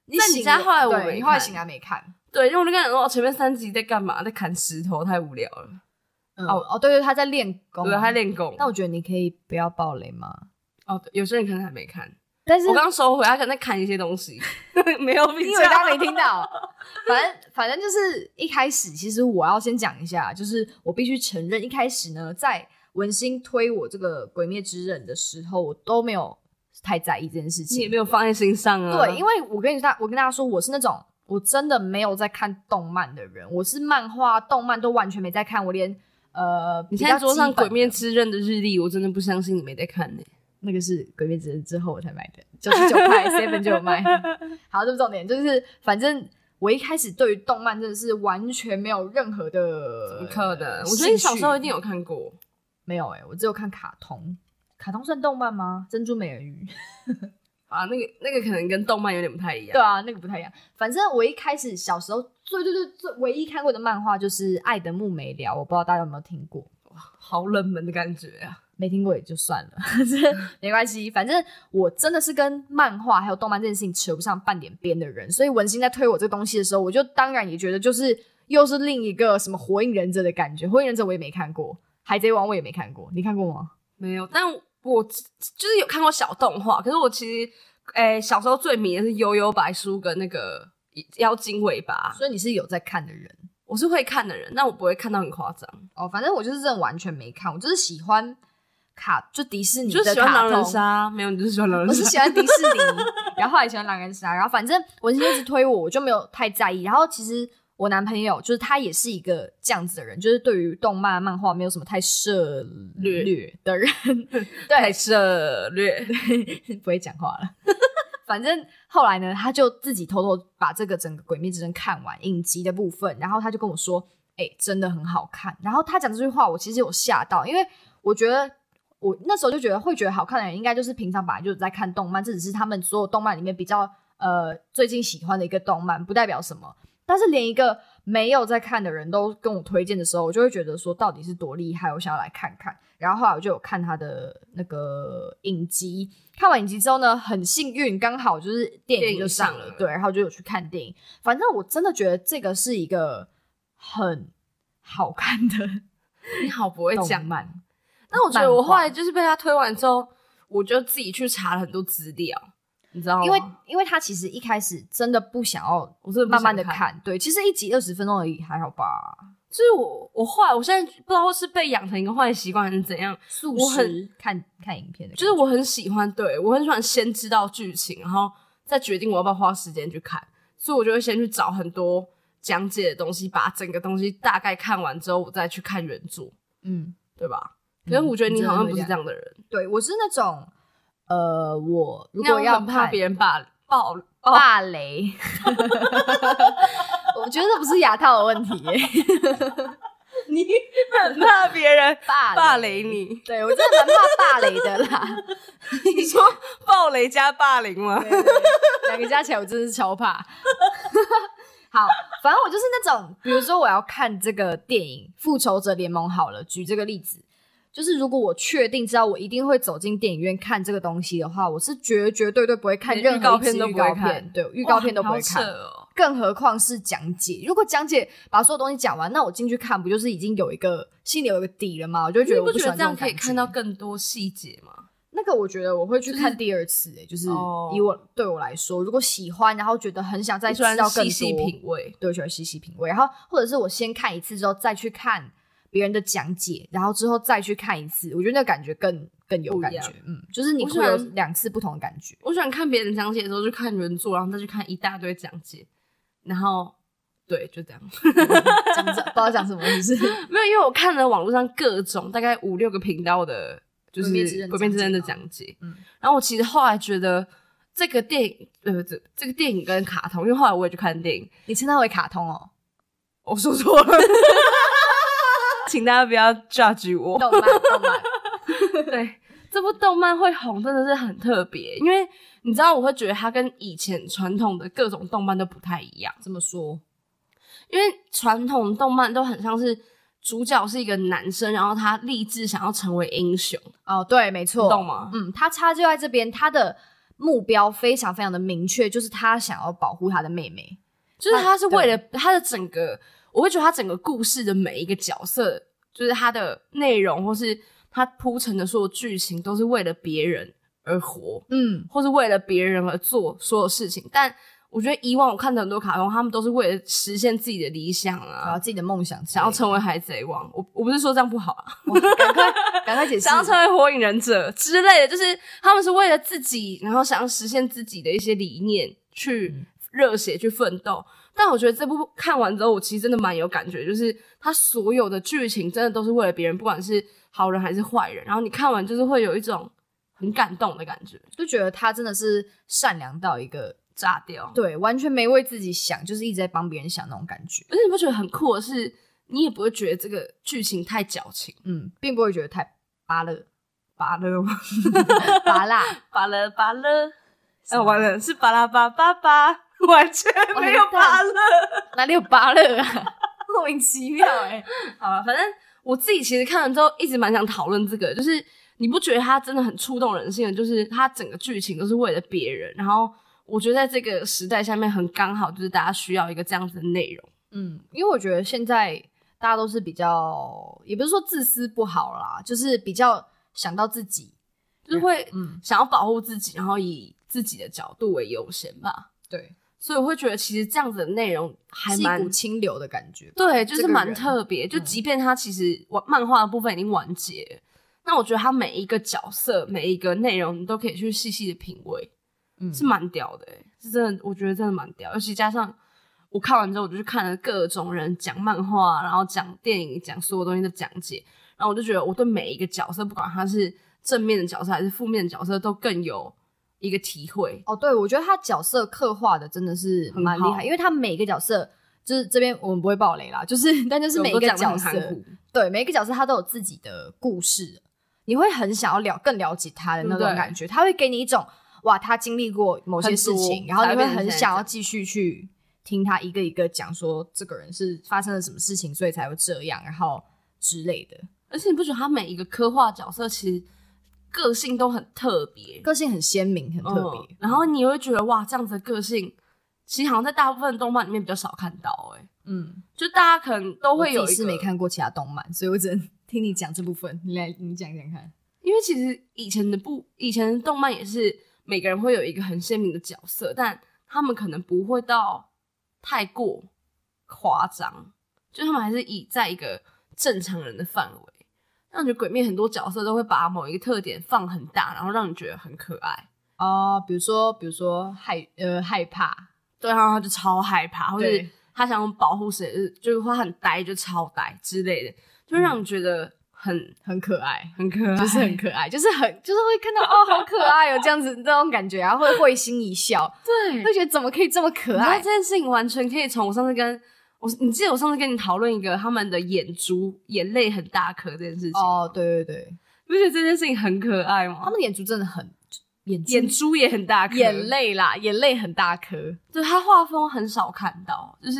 Speaker 1: 你
Speaker 2: 在你
Speaker 1: 醒
Speaker 2: 家
Speaker 1: 了
Speaker 2: 后来我
Speaker 1: 对
Speaker 2: 没
Speaker 1: 你后来
Speaker 2: 看
Speaker 1: 醒来没看。
Speaker 2: 对，因为我就跟你说，哦前面三集在干嘛？在砍石头，太无聊了。
Speaker 1: 哦哦，对对，他在练功，
Speaker 2: 嗯对，他。练功。
Speaker 1: 但我觉得你可以不要暴雷嘛。
Speaker 2: 哦，对有些人可能还没看。
Speaker 1: 但是
Speaker 2: 我刚收回，他可能在砍一些东西， 没有比
Speaker 1: 你以
Speaker 2: 较
Speaker 1: 为大家没听到？反正反正就是一开始，其实我要先讲一下，就是我必须承认，一开始呢，在文心推我这个《鬼灭之刃》的时候，我都没有太在意这件事
Speaker 2: 你也
Speaker 1: 情
Speaker 2: 没。有放在心上啊。
Speaker 1: 对，因
Speaker 2: 为
Speaker 1: 为我跟你大，我跟大家说，我是那种我真的没有在看动漫的人，我是漫画、动漫都完全没在看，我连呃，比
Speaker 2: 你现在
Speaker 1: 较
Speaker 2: 桌上
Speaker 1: 基
Speaker 2: 《鬼
Speaker 1: 本
Speaker 2: 灭
Speaker 1: 的
Speaker 2: 之刃》的日历，我真的不相信你没在看呢、
Speaker 1: 那个是《鬼灭之刃》之后我才买的，九十九 块 seven 就有卖。好，这不重点，就是反正我一开始对于动漫真的是完全没有任何的，
Speaker 2: 怎么可能？我觉得你小时候一定有看过。
Speaker 1: 没有哎、我只有看卡通。卡通算动漫吗？珍珠美人鱼，
Speaker 2: 啊，那个那个可能跟动漫有点不太一样。
Speaker 1: 对啊，那个不太一样。反正我一开始小时候最最最最唯一看过的漫画就是《爱的木美聊》，我不知道大家有没有听过。
Speaker 2: 好冷门的感觉啊！
Speaker 1: 没听过也就算了，这没关系。反正我真的是跟漫画还有动漫这件事情扯不上半点边的人，所以文心在推我这个东西的时候，我就当然也觉得就是又是另一个什么火影忍者的感觉。火影忍者我也没看过，海贼王我也没看过，你看过吗？
Speaker 2: 没有，但我就是有看过小动画，可是我其实，诶、小时候最迷的是《悠悠白书》跟那个《妖精尾巴》，
Speaker 1: 所以你是有在看的人
Speaker 2: 我是会看的人，但我不会看到很夸张，
Speaker 1: 哦。反正我就是真的完全没看，我就是喜欢卡，就迪士尼
Speaker 2: 就是
Speaker 1: 的
Speaker 2: 喜欢
Speaker 1: 卡
Speaker 2: 狼人
Speaker 1: 通。
Speaker 2: 杀，没有，你就是喜欢狼
Speaker 1: 我
Speaker 2: 人
Speaker 1: 是
Speaker 2: 杀。
Speaker 1: 喜欢迪士尼，然后后来喜欢狼人杀，然后反正文心一直推我，我就没有太在意。然后其实我男朋友就是他也是一个这样子的人，就是对于动漫漫画没有什么太涉略的人，
Speaker 2: 太 策略，
Speaker 1: 不会讲话了。 反正后来呢，他就自己偷偷把这个整个《鬼灭之刃》看完影集的部分，然后他就跟我说：“哎、真的很好看。”然后他讲这句话，我其实有吓到，因为我觉得我那时候就觉得会觉得好看的人，应该就是平常本来就有在看动漫，这只是他们所有动漫里面比较呃最近喜欢的一个动漫，不代表什么。但是连一个没有在看的人都跟我推荐的时候，我就会觉得说到底是多厉害，我想要来看看。然后后来我就有看他的那个影集，看完影集之后呢，很幸运，刚好就是电影就上
Speaker 2: 电影上了
Speaker 1: 对，然后就有去看电影。反正我真的觉得这个是一个很好看的
Speaker 2: 你好不会
Speaker 1: 动
Speaker 2: 讲嘛。
Speaker 1: 漫，
Speaker 2: 但我觉得我
Speaker 1: 漫
Speaker 2: 后
Speaker 1: 画
Speaker 2: 来就是被他推完之后，我就自己去查了很多资料，你知道吗？
Speaker 1: 因为因为他其实一开始真的不想要
Speaker 2: 我真哦的不
Speaker 1: 慢慢
Speaker 2: 想
Speaker 1: 的看，对，其实一集二十分钟而已，还好吧。
Speaker 2: 就是我我后来我现在不知道是被养成一个坏习惯还是怎样，
Speaker 1: 素
Speaker 2: 我很
Speaker 1: 食看看影片的感觉，
Speaker 2: 就是我很喜欢，对我很喜欢先知道剧情，然后再决定我要不要花时间去看，所以我就会先去找很多讲解的东西，把整个东西大概看完之后，我再去看原著，
Speaker 1: 嗯。
Speaker 2: 对吧？
Speaker 1: 嗯
Speaker 2: 可是我觉得你好像不
Speaker 1: 你
Speaker 2: 是
Speaker 1: 真的会这样
Speaker 2: 这样的人，
Speaker 1: 对我是那种，呃，我如
Speaker 2: 那
Speaker 1: 果
Speaker 2: 样
Speaker 1: 要
Speaker 2: 很怕
Speaker 1: 看
Speaker 2: 别人把爆爆
Speaker 1: 霸雷，我觉得这不是牙套的问题耶，
Speaker 2: 你， 很怕 别人
Speaker 1: 霸
Speaker 2: 霸雷。你，
Speaker 1: 对我真的蛮怕霸雷的啦，
Speaker 2: 你说暴雷加霸凌吗
Speaker 1: 对？对对两个加起来我真的是超怕。 好，反正我就是那种，比如说我要看这个电影《复仇者联盟》好了，举这个例子，就是如果我确定知道我一定会走进电影院看这个东西的话，我是绝绝对对不会看
Speaker 2: 连
Speaker 1: 任
Speaker 2: 预
Speaker 1: 何
Speaker 2: 告
Speaker 1: 一支
Speaker 2: 片都
Speaker 1: 预
Speaker 2: 不会
Speaker 1: 告
Speaker 2: 看
Speaker 1: 片对，预告片都不会看
Speaker 2: 哇好。扯哦
Speaker 1: 更何况是讲解。如果讲解把所有东西讲完，那我进去看不就是已经有一个心里有一个底了吗？我就会觉
Speaker 2: 你
Speaker 1: 得我
Speaker 2: 不
Speaker 1: 喜
Speaker 2: 觉得
Speaker 1: 欢
Speaker 2: 这样可以
Speaker 1: 种
Speaker 2: 看到
Speaker 1: 感觉
Speaker 2: 更多细节吗？
Speaker 1: 那个，我觉得我会去看第二次、欸，就是
Speaker 2: 哦
Speaker 1: 以我对我来说，如果喜欢，然后觉得很想再
Speaker 2: 你
Speaker 1: 知
Speaker 2: 喜欢
Speaker 1: 道更
Speaker 2: 细细
Speaker 1: 多
Speaker 2: 品味，
Speaker 1: 对，我喜欢细细品味。然后或者是我先看一次之后再去看别人的讲解，然后之后再去看一次，我觉得那个感觉更更有
Speaker 2: 不一
Speaker 1: 感
Speaker 2: 样
Speaker 1: 觉，嗯，就是你
Speaker 2: 我喜
Speaker 1: 会有
Speaker 2: 欢
Speaker 1: 两次不同的感觉。
Speaker 2: 我喜欢看别人讲解的时候，就看原著，然后再去看一大堆讲解，然后对，就这样。
Speaker 1: 讲这不知道讲什么，就是
Speaker 2: 没有，因为我看了网络上各种大概五六个频道的，就是
Speaker 1: 鬼灭之刃
Speaker 2: 鬼灭之刃的
Speaker 1: 讲解
Speaker 2: 讲解。
Speaker 1: 嗯
Speaker 2: 然后我其实后来觉得这个电影，呃，这这个电影跟卡通，因为后来我也去看电影，
Speaker 1: 你称它为卡通哦，
Speaker 2: 我说错 了，请大家不要 judge 我。
Speaker 1: 动漫动漫，
Speaker 2: 对，这部动漫会红真的是很特别，因为你知道，我会觉得它跟以前传统的各种动漫都不太一样，
Speaker 1: 这么说？
Speaker 2: 因为传统动漫都很像是主角是一个男生，然后他立志想要成为英雄，
Speaker 1: 哦，对，没错，
Speaker 2: 你懂吗？
Speaker 1: 嗯，他差就在这边，他的目标非常非常的明确，就是他想要保护他的妹妹。
Speaker 2: 就是他是为了他的整个，我会觉得他整个故事的每一个角色，就是他的内容或是他铺陈的所有剧情，都是为了别人而活。
Speaker 1: 嗯，
Speaker 2: 或是为了别人而做所有事情。但我觉得以往我看的很多卡通，他们都是为了实现自己的理想
Speaker 1: 然后
Speaker 2: 啊，
Speaker 1: 自己的梦想之类的，
Speaker 2: 想要成为海贼王。我我不是说这样不好啊，
Speaker 1: 哇赶 快赶快解释
Speaker 2: 想要成为火影忍者之类的，就是他们是为了自己，然后想要实现自己的一些理念，去热血去奋斗。但我觉得这部看完之后，我其实真的蛮有感觉，就是它所有的剧情真的都是为了别人，不管是好人还是坏人。然后你看完就是会有一种很感动的感觉，
Speaker 1: 就觉得他真的是善良到一个
Speaker 2: 炸掉。
Speaker 1: 对，完全没为自己想，就是一直在帮别人想那种感觉。
Speaker 2: 而且你不觉得很酷的是，你也不会觉得这个剧情太矫情，
Speaker 1: 嗯，并不会觉得太芭乐
Speaker 2: 巴勒 吗？
Speaker 1: 芭辣，
Speaker 2: 巴勒巴勒，
Speaker 1: 什
Speaker 2: 哎、
Speaker 1: 么
Speaker 2: 完了，是巴拉巴巴巴， 完全没有巴勒。
Speaker 1: 哪里有芭乐 啊？莫名其妙哎、
Speaker 2: 好了，反正我自己其实看了之后，一直蛮想讨论这个，就是你不觉得它真的很触动人心的？就是它整个剧情都是为了别人，然后我觉得在这个时代下面很刚好，就是大家需要一个这样子的内容。
Speaker 1: 嗯，因为我觉得现在大家都是比较，也不是说自私不好啦，就是比较想到自己。
Speaker 2: 就是会
Speaker 1: 嗯，
Speaker 2: 想要保护自己，然后以自己的角度为优先吧，
Speaker 1: 对，
Speaker 2: 所以我会觉得其实这样子的内容还
Speaker 1: 是一
Speaker 2: 蛮
Speaker 1: 股清流的感觉。
Speaker 2: 对，就
Speaker 1: 这
Speaker 2: 是
Speaker 1: 个
Speaker 2: 蛮
Speaker 1: 人
Speaker 2: 特别。就
Speaker 1: 嗯
Speaker 2: 即便它其实完漫画的部分已经完结了，那我觉得它每一个角色、每一个内容，你都可以去细细的品味，
Speaker 1: 嗯，
Speaker 2: 是蛮屌的、欸，是真的，我觉得真的蛮屌。尤其加上我看完之后，我就去看了各种人讲漫画，然后讲电影，讲所有东西的讲解，然后我就觉得我对每一个角色，不管他是正面的角色还是负面的角色，都更有一个体会。
Speaker 1: 哦，对，我觉得他角色刻画的真的是
Speaker 2: 很
Speaker 1: 蛮厉
Speaker 2: 好
Speaker 1: 害，因为他每个角色就是这边我们不会爆雷啦，就是 但就是每一
Speaker 2: 我都
Speaker 1: 个
Speaker 2: 讲得
Speaker 1: 角
Speaker 2: 很
Speaker 1: 色
Speaker 2: 含，糊
Speaker 1: 对每一个角色他都有自己的故事，你会很想要了更了解他的那
Speaker 2: 对不
Speaker 1: 种
Speaker 2: 对
Speaker 1: 感觉，他会给你一种哇，他经历过某些
Speaker 2: 很
Speaker 1: 事
Speaker 2: 多
Speaker 1: 情，然后
Speaker 2: 才
Speaker 1: 你
Speaker 2: 会
Speaker 1: 会
Speaker 2: 变成
Speaker 1: 很
Speaker 2: 现在
Speaker 1: 想
Speaker 2: 这
Speaker 1: 要
Speaker 2: 样
Speaker 1: 继续去听他一个一个讲说这个人是发生了什么事情，所以才会这样，然后之类的。
Speaker 2: 而且你不觉得他每一个刻画角色其实个性都很特别，
Speaker 1: 个性很鲜明，很特别。
Speaker 2: 嗯然后你会觉得哇，这样子的个性，其实好像在大部分动漫里面比较少看到、欸，哎，
Speaker 1: 嗯，
Speaker 2: 就大家可能都
Speaker 1: 我
Speaker 2: 会有
Speaker 1: 自
Speaker 2: 一
Speaker 1: 己
Speaker 2: 个
Speaker 1: 是没，看过其他动漫，所以我只能 听你讲这部分。你来，你讲讲看。
Speaker 2: 因为其实以前的不，以前的动漫也是每个人会有一个很鲜明的角色，但他们可能不会到太过夸张，就他们还是以在一个正常人的范围。那我觉得《鬼灭》很多角色都会把某一个特点放很大，然后让你觉得很可爱。
Speaker 1: 哦，比如说，比如说害呃害怕，
Speaker 2: 对，然后他就超害怕，或者
Speaker 1: 对
Speaker 2: 他想要保护谁，就是就是他很呆，就超呆之类的，就让你觉得很、
Speaker 1: 很可爱，
Speaker 2: 很可爱，
Speaker 1: 嗯就是很可爱，就是很就是会看到哦，好可爱哦，这样子那种感觉，然后会会心一 笑，
Speaker 2: 对。
Speaker 1: 会觉得怎么可以这么可
Speaker 2: 然后
Speaker 1: 爱
Speaker 2: 这？件事情完全可以从我上次跟我，你记得我上次跟你讨论一个他们的眼珠眼泪很大颗这件事情，
Speaker 1: 哦，对对对，
Speaker 2: 你不觉得这件事情很可爱
Speaker 1: 他
Speaker 2: 吗？
Speaker 1: 们眼珠真的很眼珠
Speaker 2: 眼珠也很大颗，
Speaker 1: 眼泪啦，眼泪很大颗，
Speaker 2: 对他画风很少看到，就是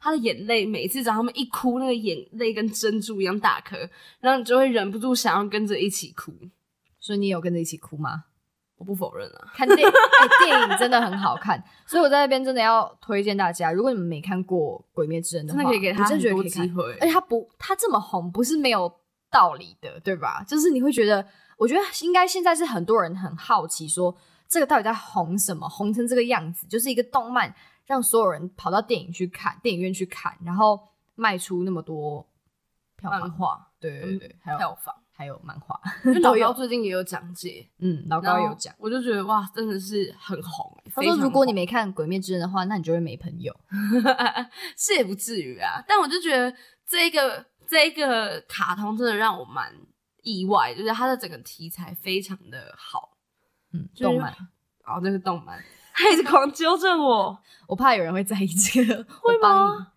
Speaker 2: 他的眼泪，每次只要他们一哭，那个眼泪跟珍珠一样大颗，然后你就会忍不住想要跟着一起哭。
Speaker 1: 所以你有跟着一起哭吗？
Speaker 2: 我不否认啊，
Speaker 1: 看电影，哎，电影真的很好看，所以我在那边真的要推荐大家，如果你们没看过《鬼灭之刃》的
Speaker 2: 真
Speaker 1: 话，
Speaker 2: 的可以给他
Speaker 1: 我真
Speaker 2: 很
Speaker 1: 的觉得
Speaker 2: 多
Speaker 1: 可以看
Speaker 2: 机会。
Speaker 1: 而且他不，他这么红不是没有道理的，对吧？就是你会觉得，我觉得应该现在是很多人很好奇说，这个到底在红什么，红成这个样子，就是一个动漫让所有人跑到电影去看，电影院去看，然后卖出那么多票
Speaker 2: 漫
Speaker 1: 房，
Speaker 2: 画嗯
Speaker 1: 对对对，还有
Speaker 2: 票房，
Speaker 1: 还有漫画，
Speaker 2: 因为老
Speaker 1: 都有
Speaker 2: 高最近也有讲解，
Speaker 1: 嗯，老
Speaker 2: 然
Speaker 1: 高
Speaker 2: 后
Speaker 1: 有讲。
Speaker 2: 我就觉得哇，真的是很红、欸。
Speaker 1: 他
Speaker 2: 非
Speaker 1: 说：“
Speaker 2: 常
Speaker 1: 如果
Speaker 2: 红
Speaker 1: 你没看《鬼灭之刃》的话，那你就会没朋友。
Speaker 2: 是也不至于啊，但我就觉得这一个这一个卡通真的让我蛮意外，就是它的整个题材非常的好，”
Speaker 1: 嗯，
Speaker 2: 就是
Speaker 1: 动漫，
Speaker 2: 哦，那个动漫，他一直狂纠正我，
Speaker 1: 我怕有人会在意这个，
Speaker 2: 会
Speaker 1: 我帮你
Speaker 2: 吗，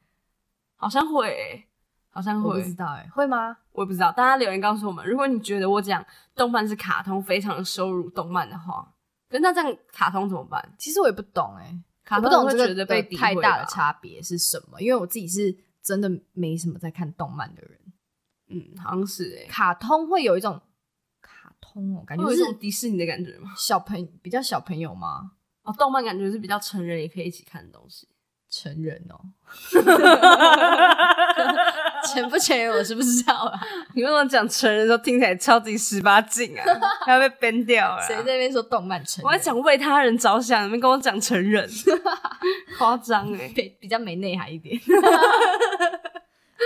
Speaker 2: 好像会欸、好像
Speaker 1: 我
Speaker 2: 会
Speaker 1: 不，知道哎、会吗？
Speaker 2: 我也不知道。大家留言告诉我们，如果你觉得我讲动漫是卡通，非常羞辱动漫的话，可是那这样卡通怎么办？
Speaker 1: 其实我也不懂哎、
Speaker 2: 卡
Speaker 1: 我不
Speaker 2: 通
Speaker 1: 懂
Speaker 2: 会
Speaker 1: 这
Speaker 2: 觉
Speaker 1: 个的
Speaker 2: 得被诋
Speaker 1: 太
Speaker 2: 毁
Speaker 1: 大的
Speaker 2: 吧，
Speaker 1: 差别是什么，因为我自己是真的没什么在看动漫的人，
Speaker 2: 嗯，好像是哎、
Speaker 1: 卡通会有一种卡通哦，感
Speaker 2: 欸，
Speaker 1: 觉
Speaker 2: 会有一种
Speaker 1: 是
Speaker 2: 迪士尼的感觉吗？
Speaker 1: 小朋比较小朋友吗？
Speaker 2: 哦，动漫感觉是比较成人也可以一起看的东西。
Speaker 1: 成人哦， 成不成人我是不知道啊。
Speaker 2: 你为什么讲成人的时候听起来超级十八禁啊？要被 ban 掉了啊。
Speaker 1: 谁在那边说动漫成人？
Speaker 2: 我在讲为他人着想，你们跟我讲成 人，夸张哎。
Speaker 1: 比比较没内涵一 点。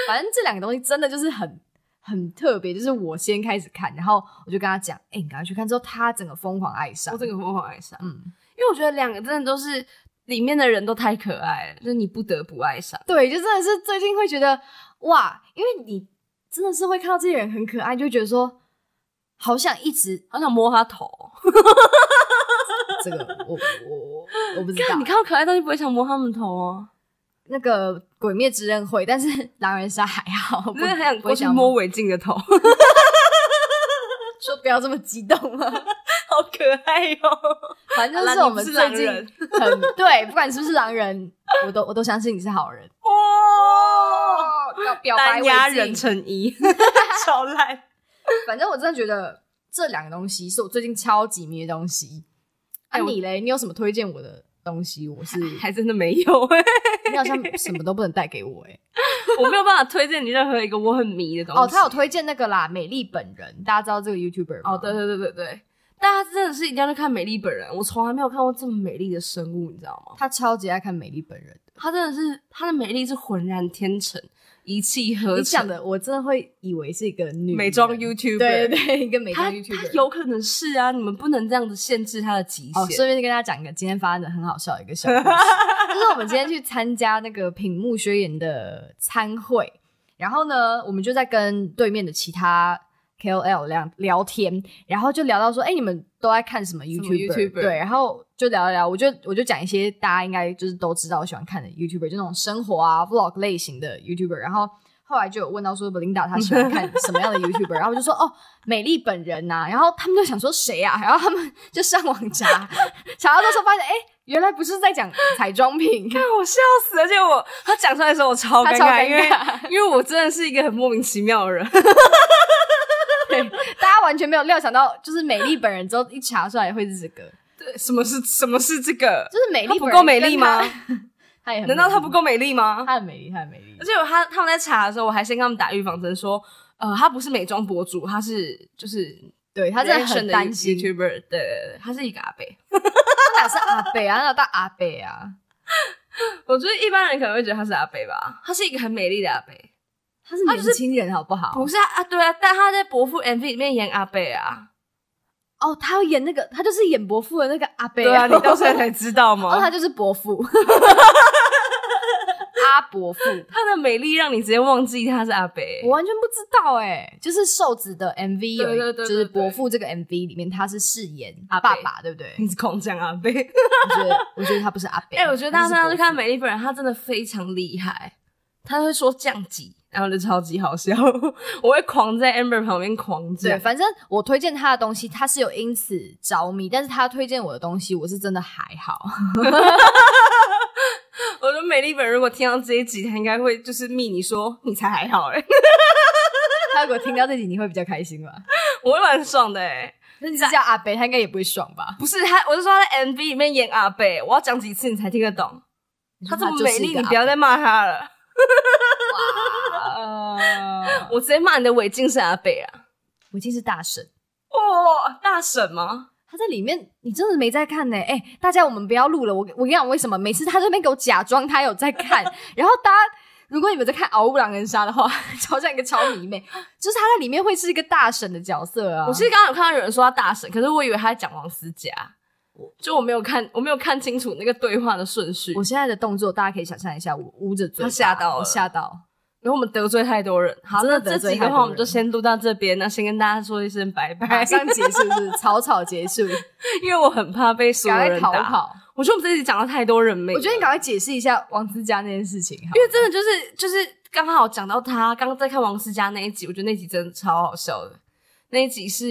Speaker 1: 反正这两个东西真的就是很很特别，就是我先开始看，然后我就跟他讲，哎、你赶快去看，之后他整个疯狂爱上
Speaker 2: 我。这个疯狂爱上，
Speaker 1: 嗯，
Speaker 2: 因为我觉得两个真的都是里面的人都太可爱了，就是你不得不爱上。
Speaker 1: 对，就真的是最近会觉得哇，因为你真的是会看到这些人很可爱，就会觉得说好想一直啊
Speaker 2: 好想摸他头，哦
Speaker 1: 这个，我我我我不知道
Speaker 2: 看你看到可爱的东西不会想摸他们头哦，
Speaker 1: 那个《鬼灭之刃》会，但是狼人杀还好，
Speaker 2: 我
Speaker 1: 不
Speaker 2: 真的很想
Speaker 1: 不
Speaker 2: 过
Speaker 1: 会
Speaker 2: 去
Speaker 1: 想
Speaker 2: 摸违禁的 头，
Speaker 1: 说不要这么激动嘛。
Speaker 2: 好可爱哟、哦。
Speaker 1: 反正
Speaker 2: 好啦
Speaker 1: 就是我
Speaker 2: 你
Speaker 1: 们
Speaker 2: 是
Speaker 1: 最
Speaker 2: 狼
Speaker 1: 近
Speaker 2: 人
Speaker 1: 很 对，不管你是不是狼人，我都我都相信你是好人。
Speaker 2: 哦，
Speaker 1: 要表白
Speaker 2: 单
Speaker 1: 为
Speaker 2: 压人
Speaker 1: 敬
Speaker 2: 成一， 超烂。
Speaker 1: 反正我真的觉得这两个东西是我最近超级迷的东西。啊，
Speaker 2: 哎我
Speaker 1: 你嘞？你有什么推荐我的东西？我 是
Speaker 2: 还真的没有 哎、
Speaker 1: 你好像什么都不能带给我哎、
Speaker 2: 我没有办法推荐你任何一个我很迷的东西。
Speaker 1: 哦，他有推荐那个啦，美丽本人，大家知道这个 YouTuber 吗
Speaker 2: 哦，对，对对对对，大家真的是一定要去看美丽本人，我从来没有看过这么美丽的生物，你知道吗？
Speaker 1: 他超级爱看美丽本人。
Speaker 2: 她真的是她的美丽是浑然天成，一气呵成。
Speaker 1: 你讲的，我真的会以为是一个女
Speaker 2: 美妆
Speaker 1: 人
Speaker 2: YouTuber，
Speaker 1: 对对对，一个美
Speaker 2: 她
Speaker 1: 妆
Speaker 2: 她
Speaker 1: YouTuber。
Speaker 2: 有可能是啊，你们不能这样子限制她的极
Speaker 1: 哦，
Speaker 2: 限。
Speaker 1: 顺便跟大家讲一个今天发生的很好笑的一个小故事，就是我们今天去参加那个品木学研的参会，然后呢，我们就在跟对面的其他 KOL 聊聊天，然后就聊到说，哎、你们都在看什么 YouTuber？
Speaker 2: YouTuber
Speaker 1: 对，然后就聊一聊，我就我就讲一些大家应该就是都知道我喜欢看的 YouTuber，就那种生活啊 Vlog 类型的 YouTuber，然后。后来就有问到说 Belinda 她喜欢看 什么样的 YouTuber，然后我就说哦，美丽本人呐、然后他们就想说谁呀、然后他们 就上网查，查到的时候发现，哎，原来不是在讲彩妆品，
Speaker 2: 哎，我笑死了！而且我他讲出来的时候，我超
Speaker 1: 他
Speaker 2: 尴
Speaker 1: 超
Speaker 2: 尬，
Speaker 1: 尴
Speaker 2: 因为
Speaker 1: 尬，
Speaker 2: 因为我真的是一个很莫名其妙的人。
Speaker 1: 大家完全没有料想到，就是美丽本人之后一查出来会是这个，
Speaker 2: 对，什么是什么是这个？
Speaker 1: 就是美丽
Speaker 2: 她
Speaker 1: 本
Speaker 2: 不
Speaker 1: 人
Speaker 2: 够美丽
Speaker 1: 跟她
Speaker 2: 吗？？
Speaker 1: 她也很
Speaker 2: 难道
Speaker 1: 美
Speaker 2: 她
Speaker 1: 丽
Speaker 2: 不？够美丽 吗？
Speaker 1: 她很美丽，她很美丽
Speaker 2: 而。且我他他们在查的时候，我还先跟他们打预防针，说，呃，他不是美妆博主，他是就是
Speaker 1: 对她真的
Speaker 2: Reaction
Speaker 1: 很担心，
Speaker 2: YouTuber，对对对，他是一个阿贝。
Speaker 1: 她哪是阿北啊？她哪到阿北啊？
Speaker 2: 我觉得一般人可能会觉得他是阿贝吧，他是一个很美丽的阿贝。
Speaker 1: 她是
Speaker 2: 年
Speaker 1: 年轻人好不好？
Speaker 2: 不是啊，啊对啊，但他在伯父 MV 里面演阿贝啊。
Speaker 1: 哦，他要演那个，他就是演伯父的那个阿贝、
Speaker 2: 对啊，你 到现在才啊知道吗？
Speaker 1: 哦，他就是伯 父，阿伯父，
Speaker 2: 她的美丽让你直接忘记她是阿北。
Speaker 1: 我完全不知道哎、就是瘦子的 MV 有一，
Speaker 2: 对对对对
Speaker 1: 就是伯父这个 MV 里面，他是饰演
Speaker 2: 阿
Speaker 1: 爸
Speaker 2: 北
Speaker 1: 爸，对不对？
Speaker 2: 你是狂讲阿北。
Speaker 1: 我觉得，我觉得他不是阿贝，
Speaker 2: 哎、我觉得大
Speaker 1: 他
Speaker 2: 家
Speaker 1: 是
Speaker 2: 真的要
Speaker 1: 伯
Speaker 2: 去
Speaker 1: 父
Speaker 2: 看美丽本人，她真的非常厉害。她会说降级，然后就超级好笑。 我会狂在 Amber 旁边狂
Speaker 1: 对，
Speaker 2: 讲。
Speaker 1: 反正我推荐他的东西，他是有因此着迷，但是他推荐我的东西，我是真的还好。
Speaker 2: 我觉得美丽本人如果听到这一集，她应该会就是密你说你才还好哎、
Speaker 1: 他如果听到这集，你会比较开心吧？
Speaker 2: 我会蛮爽的哎、
Speaker 1: 那你是叫阿贝，他应该也不会爽吧？
Speaker 2: 不是她，我是说她在 MV 里面演阿北，我要讲几次你才听得懂。她这么
Speaker 1: 就
Speaker 2: 美
Speaker 1: 是一
Speaker 2: 丽，
Speaker 1: 个
Speaker 2: 你不要再骂她了。
Speaker 1: 阿伯呃，
Speaker 2: 我直接骂你的违禁是阿北啊！
Speaker 1: 我已经是大神。
Speaker 2: 哦，大婶吗？
Speaker 1: 他在里面，你真的没在看呢、哎、大家我们不要录了。我我跟你讲，为什么每次他这边给我假装他有在看， 然后大家如果你们在看《嗷呜狼人杀》的话， 超像一个超迷妹，就是他在里面会是一个大神的角色啊。
Speaker 2: 我其实刚刚有看到有人说他大神，可是我以为他在讲王思佳，就我没有看，我没有看清楚那个对话的顺序。
Speaker 1: 我现在的动作，大家可以想象一下，我捂着嘴巴，
Speaker 2: 他吓到了
Speaker 1: 我吓到。
Speaker 2: 然后我们得罪太多人，好，
Speaker 1: 真的
Speaker 2: 那
Speaker 1: 得
Speaker 2: 这
Speaker 1: 罪
Speaker 2: 集
Speaker 1: 太多人
Speaker 2: 的话我们就先录到这边，那先跟大家说一声拜
Speaker 1: 马
Speaker 2: 拜，
Speaker 1: 上结束是 不是？草草结束，
Speaker 2: 因为我很怕被所有
Speaker 1: 赶快
Speaker 2: 人
Speaker 1: 逃
Speaker 2: 打。
Speaker 1: 跑。
Speaker 2: 我觉得我们这集讲到太多人命了，
Speaker 1: 我觉得你赶快解释一下王思佳那件事情，因
Speaker 2: 因为真的就是就是刚好讲到他，刚刚在看王思佳那一集，我觉得那集真的超好笑的，那一集是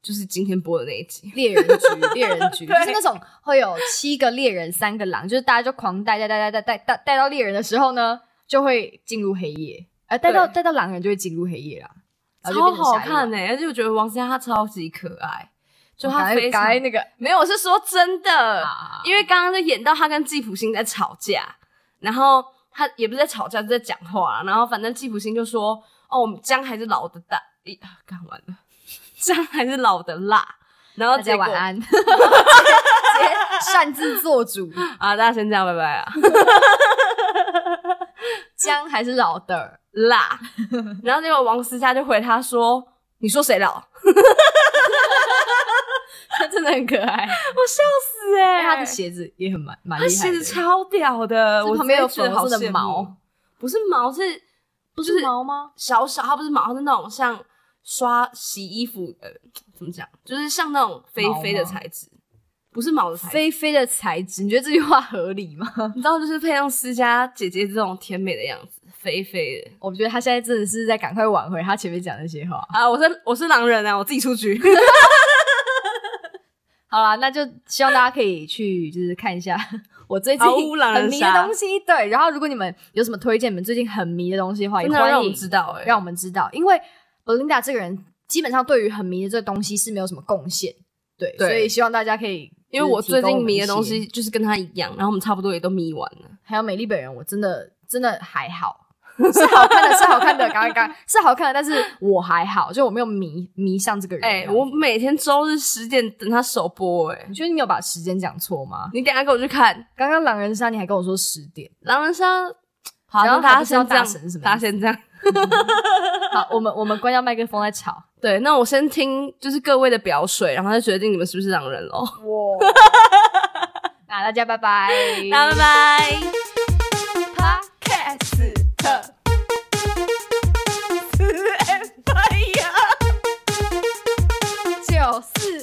Speaker 2: 就是今天播的那一集，
Speaker 1: 猎人局，猎人 局就
Speaker 2: 对
Speaker 1: 是那种会有七个猎人，三个狼，就是大家就狂带带带带带带带带到猎人的时候呢，就会进入黑夜，呃，带到
Speaker 2: 对
Speaker 1: 带到狼人就会进入黑夜啦，然后就变
Speaker 2: 超
Speaker 1: 成
Speaker 2: 好
Speaker 1: 下一
Speaker 2: 看
Speaker 1: 晚
Speaker 2: 呢、而且我觉得王思佳她超级可爱，就
Speaker 1: 赶
Speaker 2: 她
Speaker 1: 快
Speaker 2: 非
Speaker 1: 赶
Speaker 2: 常
Speaker 1: 快那个，
Speaker 2: 没有，我是说真的，
Speaker 1: 啊
Speaker 2: 因为刚刚就演到他跟季普星在吵架，然后他也不是在吵架，是在讲话，然后反正季普星就说：“哦，我们姜还是老的大，咦，啊干完了， 姜还是老的辣。”然后
Speaker 1: 大
Speaker 2: 结
Speaker 1: 家
Speaker 2: 果啊
Speaker 1: 晚 安，直接直接擅自做主，
Speaker 2: 啊，大家先这样，拜拜啊，
Speaker 1: 姜还是老的，
Speaker 2: 辣。然后结果王思佳就回他说：“你说谁老？
Speaker 1: 他真的很可爱，
Speaker 2: 是哎、
Speaker 1: 但他的鞋子也很蛮蛮厉害
Speaker 2: 他鞋子
Speaker 1: 的，
Speaker 2: 超屌的，
Speaker 1: 这
Speaker 2: 我
Speaker 1: 旁边有
Speaker 2: 真觉得
Speaker 1: 粉红
Speaker 2: 好
Speaker 1: 色的
Speaker 2: 羡慕
Speaker 1: 毛，
Speaker 2: 不是毛是
Speaker 1: 不
Speaker 2: 就是是
Speaker 1: 毛吗？
Speaker 2: 小小，它不是毛，它是那种像刷洗衣服，呃，怎么讲，就是像那种飞飞的
Speaker 1: 毛吗
Speaker 2: 材质，不是毛的材质。
Speaker 1: 菲菲的材质，你觉得这句话合理吗？
Speaker 2: 你知道，就是配上思佳姐姐这种甜美的样子，肥肥的
Speaker 1: 我觉得他现在真的是在赶快挽回他前面讲那些话。
Speaker 2: 啊！我是我是狼人啊，我自己出 局。
Speaker 1: 好啦，那就希望大家可以去就是看一下 我最近
Speaker 2: 好乌狼人
Speaker 1: 很迷的
Speaker 2: 杀
Speaker 1: 东西。对，然后如果你们有什么推荐你们最近很迷的东西的话，也
Speaker 2: 真的要
Speaker 1: 欢迎
Speaker 2: 让我们知道哎、
Speaker 1: 让我们知道，因为 Belinda 这个人基本上对于很迷的这个东西是没有什么贡献。对，
Speaker 2: 对
Speaker 1: 所以希望大家可以，
Speaker 2: 因为我
Speaker 1: 就是
Speaker 2: 最
Speaker 1: 提供
Speaker 2: 近
Speaker 1: 们
Speaker 2: 迷的东
Speaker 1: 一些，
Speaker 2: 西就是跟她一样，然后我们差不多也都迷完了。
Speaker 1: 还有美丽本人，我真的真的还好。是好看的，是好看的，刚刚刚是好看的，但是我还好，就我没有迷迷上这个人。
Speaker 2: 哎、我每天周日十点等她首播、哎，
Speaker 1: 你确定你有把时间讲错吗？
Speaker 2: 你等一下给我去看
Speaker 1: 刚刚狼人杀你还跟我说十点，
Speaker 2: 狼人杀。好，
Speaker 1: 然后
Speaker 2: 那
Speaker 1: 还
Speaker 2: 大
Speaker 1: 不
Speaker 2: 家
Speaker 1: 知道
Speaker 2: 先这样
Speaker 1: 大神是什么意思，
Speaker 2: 大家先这样。
Speaker 1: 好，我们我们关掉麦克风再吵。
Speaker 2: 对，那我先听就是各位的表水，然后再决定你们是不是狼人喽。
Speaker 1: 哇，那大家拜拜，
Speaker 2: 那拜拜。
Speaker 1: Podcast
Speaker 2: 哎呀！
Speaker 1: 九四